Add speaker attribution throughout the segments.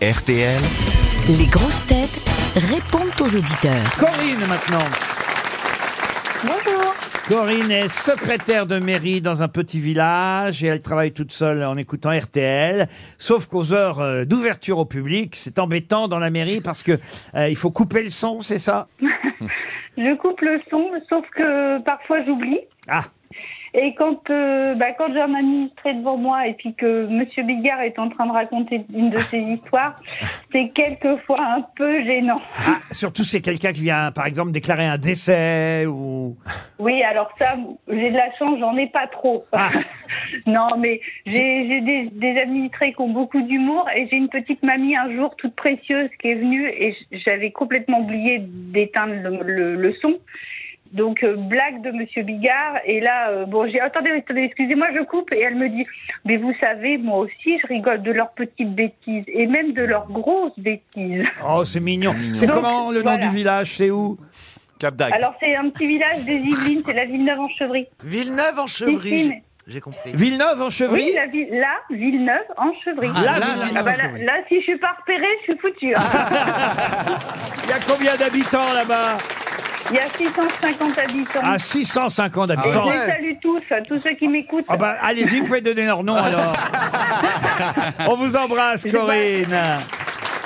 Speaker 1: RTL.
Speaker 2: Les grosses têtes répondent aux auditeurs.
Speaker 3: Corinne maintenant.
Speaker 4: Bonjour.
Speaker 3: Corinne est secrétaire de mairie dans un petit village et elle travaille toute seule en écoutant RTL. Sauf qu'aux heures euh, d'ouverture au public, c'est embêtant dans la mairie parce que euh, il faut couper le son, c'est ça
Speaker 4: Je coupe le son, sauf que parfois j'oublie.
Speaker 3: Ah,
Speaker 4: Et quand, euh, bah, quand j'ai un administré devant moi et puis que Monsieur Bigard est en train de raconter une de ses histoires, c'est quelquefois un peu gênant.
Speaker 3: ah, surtout c'est quelqu'un qui vient par exemple déclarer un décès ou
Speaker 4: Oui, alors ça, j'ai de la chance, j'en ai pas trop.
Speaker 3: Ah.
Speaker 4: non, mais j'ai j'ai des, des administrés qui ont beaucoup d'humour et j'ai une petite mamie un jour toute précieuse qui est venue et j- j'avais complètement oublié d'éteindre le, le- le son. Donc euh, blague de Monsieur Bigard et là euh, bon j'ai attendez attendez excusez-moi je coupe et elle me dit mais vous savez moi aussi je rigole de leurs petites bêtises et même de leurs grosses bêtises.
Speaker 3: oh c'est mignon. C'est
Speaker 4: Donc,
Speaker 3: comment le nom
Speaker 4: voilà.
Speaker 3: du village C'est où
Speaker 5: Cap d'Agde.
Speaker 4: Alors c'est un petit village des Yvelines c'est la Villeneuve-en-Chevry.
Speaker 6: Villeneuve en
Speaker 4: Christine.
Speaker 6: Chevry. J'ai compris.
Speaker 3: Villeneuve en
Speaker 4: Oui,
Speaker 3: Chevry.
Speaker 4: la, ville, la Villeneuve en Chevry.
Speaker 6: Ah,
Speaker 3: la
Speaker 4: là,
Speaker 3: Villeneuve
Speaker 6: en
Speaker 4: bah, là,
Speaker 6: Chevry.
Speaker 4: là, si je suis pas repérée, je suis foutue. hein.
Speaker 3: Il y a combien d'habitants là-bas
Speaker 4: Ah. Il y a 650 habitants.
Speaker 3: Ah 650
Speaker 4: Et je
Speaker 3: d'habitants.
Speaker 4: les
Speaker 6: ouais.
Speaker 4: salue tous, tous ceux qui m'écoutent.
Speaker 3: Ah bah, allez-y, vous pouvez donner leur nom alors. On vous embrasse, Corinne.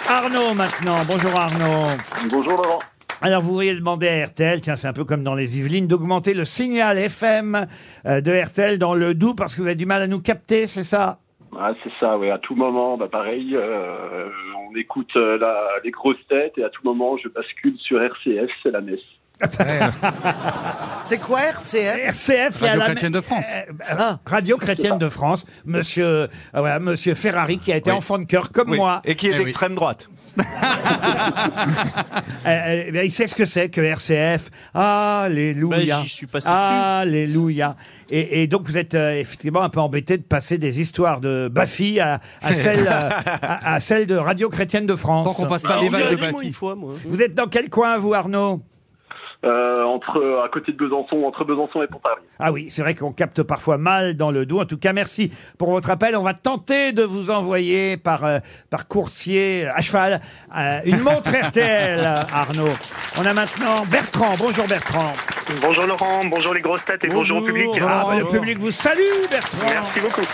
Speaker 3: Arnaud maintenant. Bonjour Arnaud.
Speaker 7: Bonjour Laurent.
Speaker 3: Alors vous pourriez demander à RTL, tiens c'est un peu comme dans les Yvelines, d'augmenter le signal FM euh, de RTL dans le Doubs parce que vous avez du mal à nous capter, c'est ça
Speaker 7: Ah, c'est ça, oui. À tout moment, bah, pareil, euh, on écoute euh, la- les grosses têtes et à tout moment, je bascule sur RCF, c'est la messe.
Speaker 6: C'est quoi RCF
Speaker 3: RCF, il y a
Speaker 8: Radio
Speaker 3: la-
Speaker 8: Chrétienne de France.
Speaker 3: Euh, euh, Radio Chrétienne de France, monsieur, euh, voilà, monsieur Ferrari qui a été
Speaker 8: Oui.
Speaker 3: enfant de cœur comme
Speaker 5: Oui.
Speaker 3: moi,
Speaker 5: Et qui est
Speaker 8: Eh oui.
Speaker 5: d'extrême droite.
Speaker 3: euh, euh, eh bien, il sait ce que c'est que RCF. Alléluia.
Speaker 9: Ben, j'y suis passé
Speaker 3: Ah. Alléluia. Et, et donc vous êtes euh, effectivement un peu embêté de passer des histoires de Baffy à, à celle, euh, à, à celle de Radio Chrétienne de France.
Speaker 8: Tant qu'on passe pas
Speaker 9: Ah,
Speaker 8: les
Speaker 9: on
Speaker 8: vagues
Speaker 9: dirait
Speaker 8: de
Speaker 9: lui, moi,
Speaker 8: Baffy.
Speaker 9: une fois, moi.
Speaker 3: Vous êtes dans quel coin, vous, Arnaud
Speaker 7: Euh, entre, euh, à côté de Besançon, entre Besançon et Pontarlier.
Speaker 3: Ah oui, c'est vrai qu'on capte parfois mal dans le doux. En tout cas, merci pour votre appel. On va tenter de vous envoyer par, euh, par coursier euh, à cheval euh, une montre RTL, euh, Arnaud. On a maintenant Bertrand. Bonjour Bertrand.
Speaker 10: Bonjour Laurent, bonjour les grosses têtes et bonjour, au public.
Speaker 3: Ah, bah, le public vous salue, Bertrand.
Speaker 10: Merci beaucoup.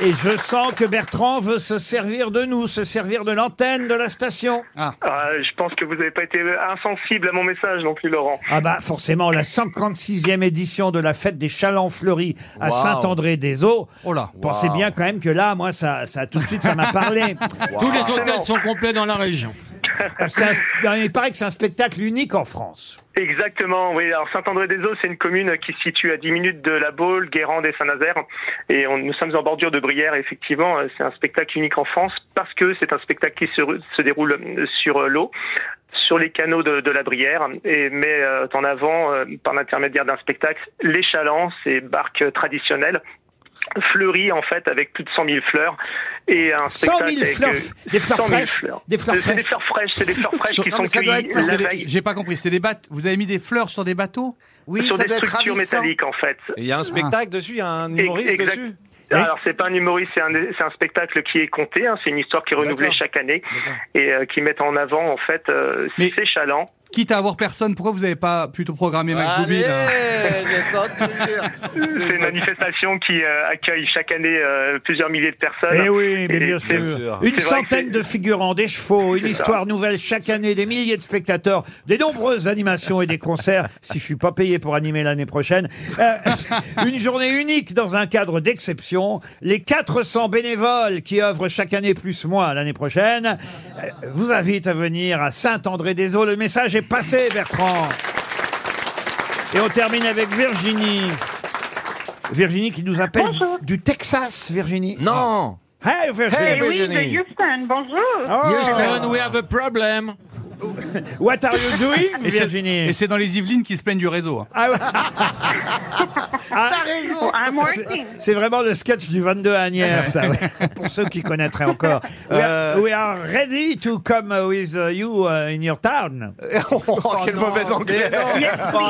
Speaker 3: Et je sens que Bertrand veut se servir de nous, se servir de l'antenne de la station.
Speaker 10: Ah, je pense que vous n'avez pas été insensible à mon message non plus Laurent.
Speaker 3: Ah bah forcément, la 56e édition de la fête des Chalands fleuris à
Speaker 5: Wow.
Speaker 3: Saint-André-des-Eaux.
Speaker 8: Oh là.
Speaker 3: Pensez bien quand même que là, moi, ça, ça tout de suite, ça m'a parlé. Euh,
Speaker 8: Tous les hôtels sont complets dans la région.
Speaker 3: C'est un- il paraît que c'est un spectacle unique en France.
Speaker 10: Exactement, oui. Alors Saint-André-des-Eaux, c'est une commune qui se situe à 10 minutes de La Baule, Guérande et Saint-Nazaire. Et on- nous sommes en bordure de Brière. Effectivement, euh, c'est un spectacle unique en France parce que c'est un spectacle qui se, se déroule euh, sur euh, l'eau sur les canaux de, de la Brière et met euh, en avant, euh, par l'intermédiaire d'un spectacle, les chalands, ces barques traditionnelles, fleuries en fait avec plus de 100 000 fleurs et
Speaker 3: 100
Speaker 10: un spectacle
Speaker 3: 000
Speaker 10: avec,
Speaker 3: fleurs,
Speaker 10: euh,
Speaker 3: des fleurs
Speaker 10: 100 000
Speaker 3: fraîches,
Speaker 10: fleurs.
Speaker 3: des fleurs
Speaker 10: C'est- C'est des
Speaker 3: fraîches.
Speaker 10: fleurs fraîches, c'est des fleurs fraîches qui
Speaker 6: Non,
Speaker 10: sont
Speaker 6: mais ça doit
Speaker 10: cueillies
Speaker 6: être-
Speaker 10: la
Speaker 8: C'est des-
Speaker 10: veille
Speaker 8: J'ai pas compris. C'est des battes. Vous avez mis des fleurs sur des bateaux
Speaker 6: Oui,
Speaker 10: sur
Speaker 6: ça
Speaker 10: des
Speaker 6: doit être
Speaker 10: structures
Speaker 6: ravissant.
Speaker 10: métalliques en fait.
Speaker 5: Et il y a un spectacle dessus, il y a un humoriste
Speaker 10: Ex- exact.
Speaker 5: dessus.
Speaker 3: Oui.
Speaker 10: Alors c'est pas un humoriste, c'est un, c'est un spectacle qui est compté, hein, c'est une histoire qui est renouvelée
Speaker 5: D'accord.
Speaker 10: chaque année et euh, qui met en avant en fait euh,
Speaker 8: Mais-
Speaker 10: ces chalands.
Speaker 8: Quitte à avoir personne, pourquoi vous avez pas plutôt programmé Max hein? Bobby
Speaker 6: Allez,
Speaker 8: là
Speaker 6: descends, tu veux dire.
Speaker 10: C'est une manifestation qui euh, accueille chaque année euh, plusieurs milliers de personnes.
Speaker 3: Eh oui, mais
Speaker 10: Et
Speaker 3: bien
Speaker 10: c'est-
Speaker 3: sûr.
Speaker 5: sûr.
Speaker 3: Une
Speaker 10: C'est vrai que
Speaker 3: centaine
Speaker 10: c'est-
Speaker 3: de figurants, des chevaux, une
Speaker 10: C'est ça.
Speaker 3: histoire nouvelle chaque année, des milliers de spectateurs, des nombreuses animations et des concerts, si je suis pas payé pour animer l'année prochaine. Euh, une journée unique dans un cadre d'exception. Les 400 bénévoles qui œuvrent chaque année plus moi l'année prochaine euh, vous invitent à venir à Saint-André-des-Eaux. Le message est passé, Bertrand. Et on termine avec Virginie. Virginie qui nous appelle
Speaker 4: Bonjour.
Speaker 3: du Texas, Virginie.
Speaker 6: Non
Speaker 3: Hey, Virginie.
Speaker 4: Eh oui, de Houston, bonjour.
Speaker 3: Oh.
Speaker 8: Houston, we have a problem.
Speaker 3: What are you doing,
Speaker 8: Et c'est-
Speaker 3: Virginie
Speaker 8: Et c'est dans les Yvelines qui se plaignent du réseau. hein.
Speaker 3: Ah ouais. Ah,
Speaker 4: Oh, I'm
Speaker 3: c'est-
Speaker 4: working.
Speaker 3: c'est vraiment le sketch du 22 à Agnières, ça, ouais. pour ceux qui connaîtraient encore. We are, we are ready to come with uh, you uh, in your town.
Speaker 5: Oh, quel mauvais anglais
Speaker 4: Yes, oui.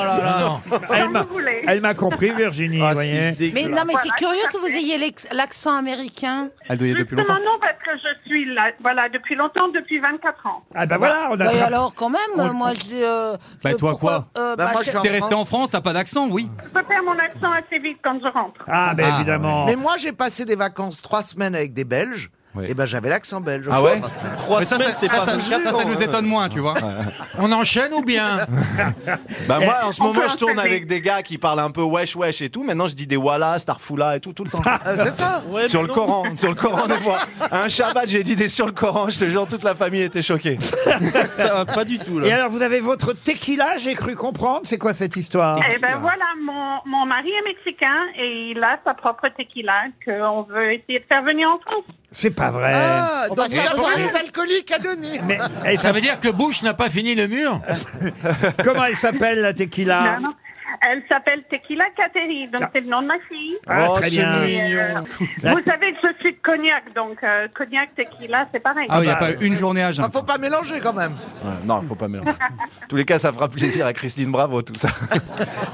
Speaker 3: Elle m'a-
Speaker 4: vous voulez.
Speaker 3: elle m'a compris, Virginie, vous
Speaker 5: Ah,
Speaker 3: voyez.
Speaker 5: c'est dégueulasse.
Speaker 1: Mais non, mais c'est curieux que vous ayez l'ex- l'accent américain.
Speaker 8: Elle doit y être depuis longtemps.
Speaker 4: Justement, non, parce que je suis là, voilà, depuis longtemps, depuis 24 ans.
Speaker 3: Ah bah voilà, on
Speaker 1: Bah,
Speaker 3: a...
Speaker 1: alors, quand même, moi, je. euh,
Speaker 8: Oh, Bah,
Speaker 1: je-
Speaker 8: toi,
Speaker 1: pourquoi- euh,
Speaker 6: Bah,
Speaker 1: bah,
Speaker 6: moi,
Speaker 1: je-
Speaker 6: je suis en
Speaker 8: T'es resté
Speaker 6: France.
Speaker 8: en France, t'as pas d'accent, oui.
Speaker 4: Je peux perdre mon accent assez vite quand je rentre.
Speaker 3: Ah bah
Speaker 8: Ah,
Speaker 3: évidemment.
Speaker 6: Mais moi, j'ai passé des vacances trois semaines avec des Belges.
Speaker 5: Ouais.
Speaker 6: Et ben, j'avais l'accent belge.
Speaker 5: Ah ouais
Speaker 8: Mais ça, ça, ça- ça- ça nous étonne moins, tu vois. On enchaîne ou bien
Speaker 5: Bah moi, en ce
Speaker 4: on
Speaker 5: moment,
Speaker 4: peut
Speaker 5: je tourne
Speaker 4: enchaîner.
Speaker 5: avec des gars qui parlent un peu wesh wesh et tout. Maintenant, je dis des wala, starfoula et tout, tout le temps.
Speaker 6: Ah, c'est ça.
Speaker 5: sur le Coran, sur le Coran des fois. À Un Shabbat, j'ai dit des sur le Coran, je te jure, toute la famille était choquée.
Speaker 3: Et alors, vous avez votre tequila, j'ai cru comprendre. C'est quoi cette histoire
Speaker 4: Eh ben voilà, mon, mon mari est mexicain et il a sa propre tequila qu'on veut essayer de faire venir en France.
Speaker 3: C'est pas vrai.
Speaker 6: Ah, donc
Speaker 1: bah,
Speaker 6: il
Speaker 1: c'est
Speaker 6: y a
Speaker 1: la
Speaker 6: pas
Speaker 1: bonne
Speaker 6: les
Speaker 1: idée.
Speaker 6: alcooliques à donner.
Speaker 3: Mais elle s'appelle-
Speaker 8: dire que Bush n'a pas fini le mur
Speaker 3: comment elle s'appelle la tequila
Speaker 4: Non, non. Elle s'appelle Tequila Kateri, donc c'est le nom de ma fille.
Speaker 3: Ah,
Speaker 5: Oh,
Speaker 3: très
Speaker 5: c'est
Speaker 3: bien.
Speaker 5: mignon.
Speaker 4: Et, euh, vous savez que je suis de Cognac, donc euh, Cognac, Tequila, c'est pareil.
Speaker 8: Ah oui, il a
Speaker 3: bah,
Speaker 8: pas eu une journée à
Speaker 6: Ah,
Speaker 8: jeun.
Speaker 6: faut pas mélanger quand même.
Speaker 5: Ouais, non, faut pas mélanger. En tous les cas, ça fera plaisir à Christine Bravo, tout ça.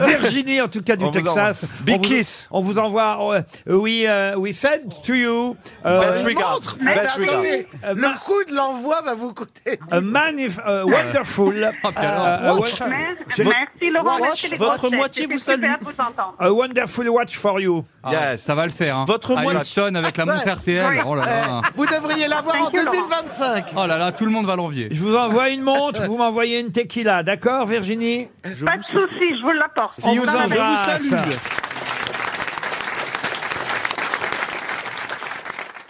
Speaker 3: Virginie, en tout cas, du
Speaker 5: On vous
Speaker 3: Texas.
Speaker 5: envoie. Big
Speaker 3: on vous,
Speaker 5: kiss.
Speaker 3: On vous envoie. euh, we, euh, we send to you euh,
Speaker 5: Best regard.
Speaker 6: Mais
Speaker 5: Best regard.
Speaker 6: attendez,
Speaker 3: Euh, ma-
Speaker 6: le coût de l'envoi va vous coûter.
Speaker 3: a manif- euh, wonderful.
Speaker 5: Oh,
Speaker 3: euh,
Speaker 6: watch.
Speaker 3: a wa-
Speaker 4: Mer- Merci Laurent,
Speaker 6: Votre
Speaker 4: merci les
Speaker 9: votre
Speaker 4: grosses têtes.
Speaker 9: moitié
Speaker 4: C'était
Speaker 9: vous
Speaker 4: super de vous entendre.
Speaker 3: a wonderful watch for you.
Speaker 5: Yes.
Speaker 8: Ça va le faire. Hein.
Speaker 9: Votre
Speaker 8: À
Speaker 9: moitié-
Speaker 8: Houston avec la
Speaker 6: Ouais.
Speaker 8: montre RTL.
Speaker 4: Ouais.
Speaker 8: Oh là là.
Speaker 6: Eh, vous devriez l'avoir en
Speaker 4: Thank you, Laurent.
Speaker 6: 2025.
Speaker 8: Oh là là, tout le monde va l'envier.
Speaker 3: Je vous envoie une montre, vous m'envoyez une tequila, d'accord, Virginie
Speaker 4: Pas de soucis, je vous l'apporte.
Speaker 5: Si
Speaker 4: On
Speaker 5: vous
Speaker 4: vous en
Speaker 5: en-
Speaker 4: amène.
Speaker 3: embrasse.
Speaker 8: salue.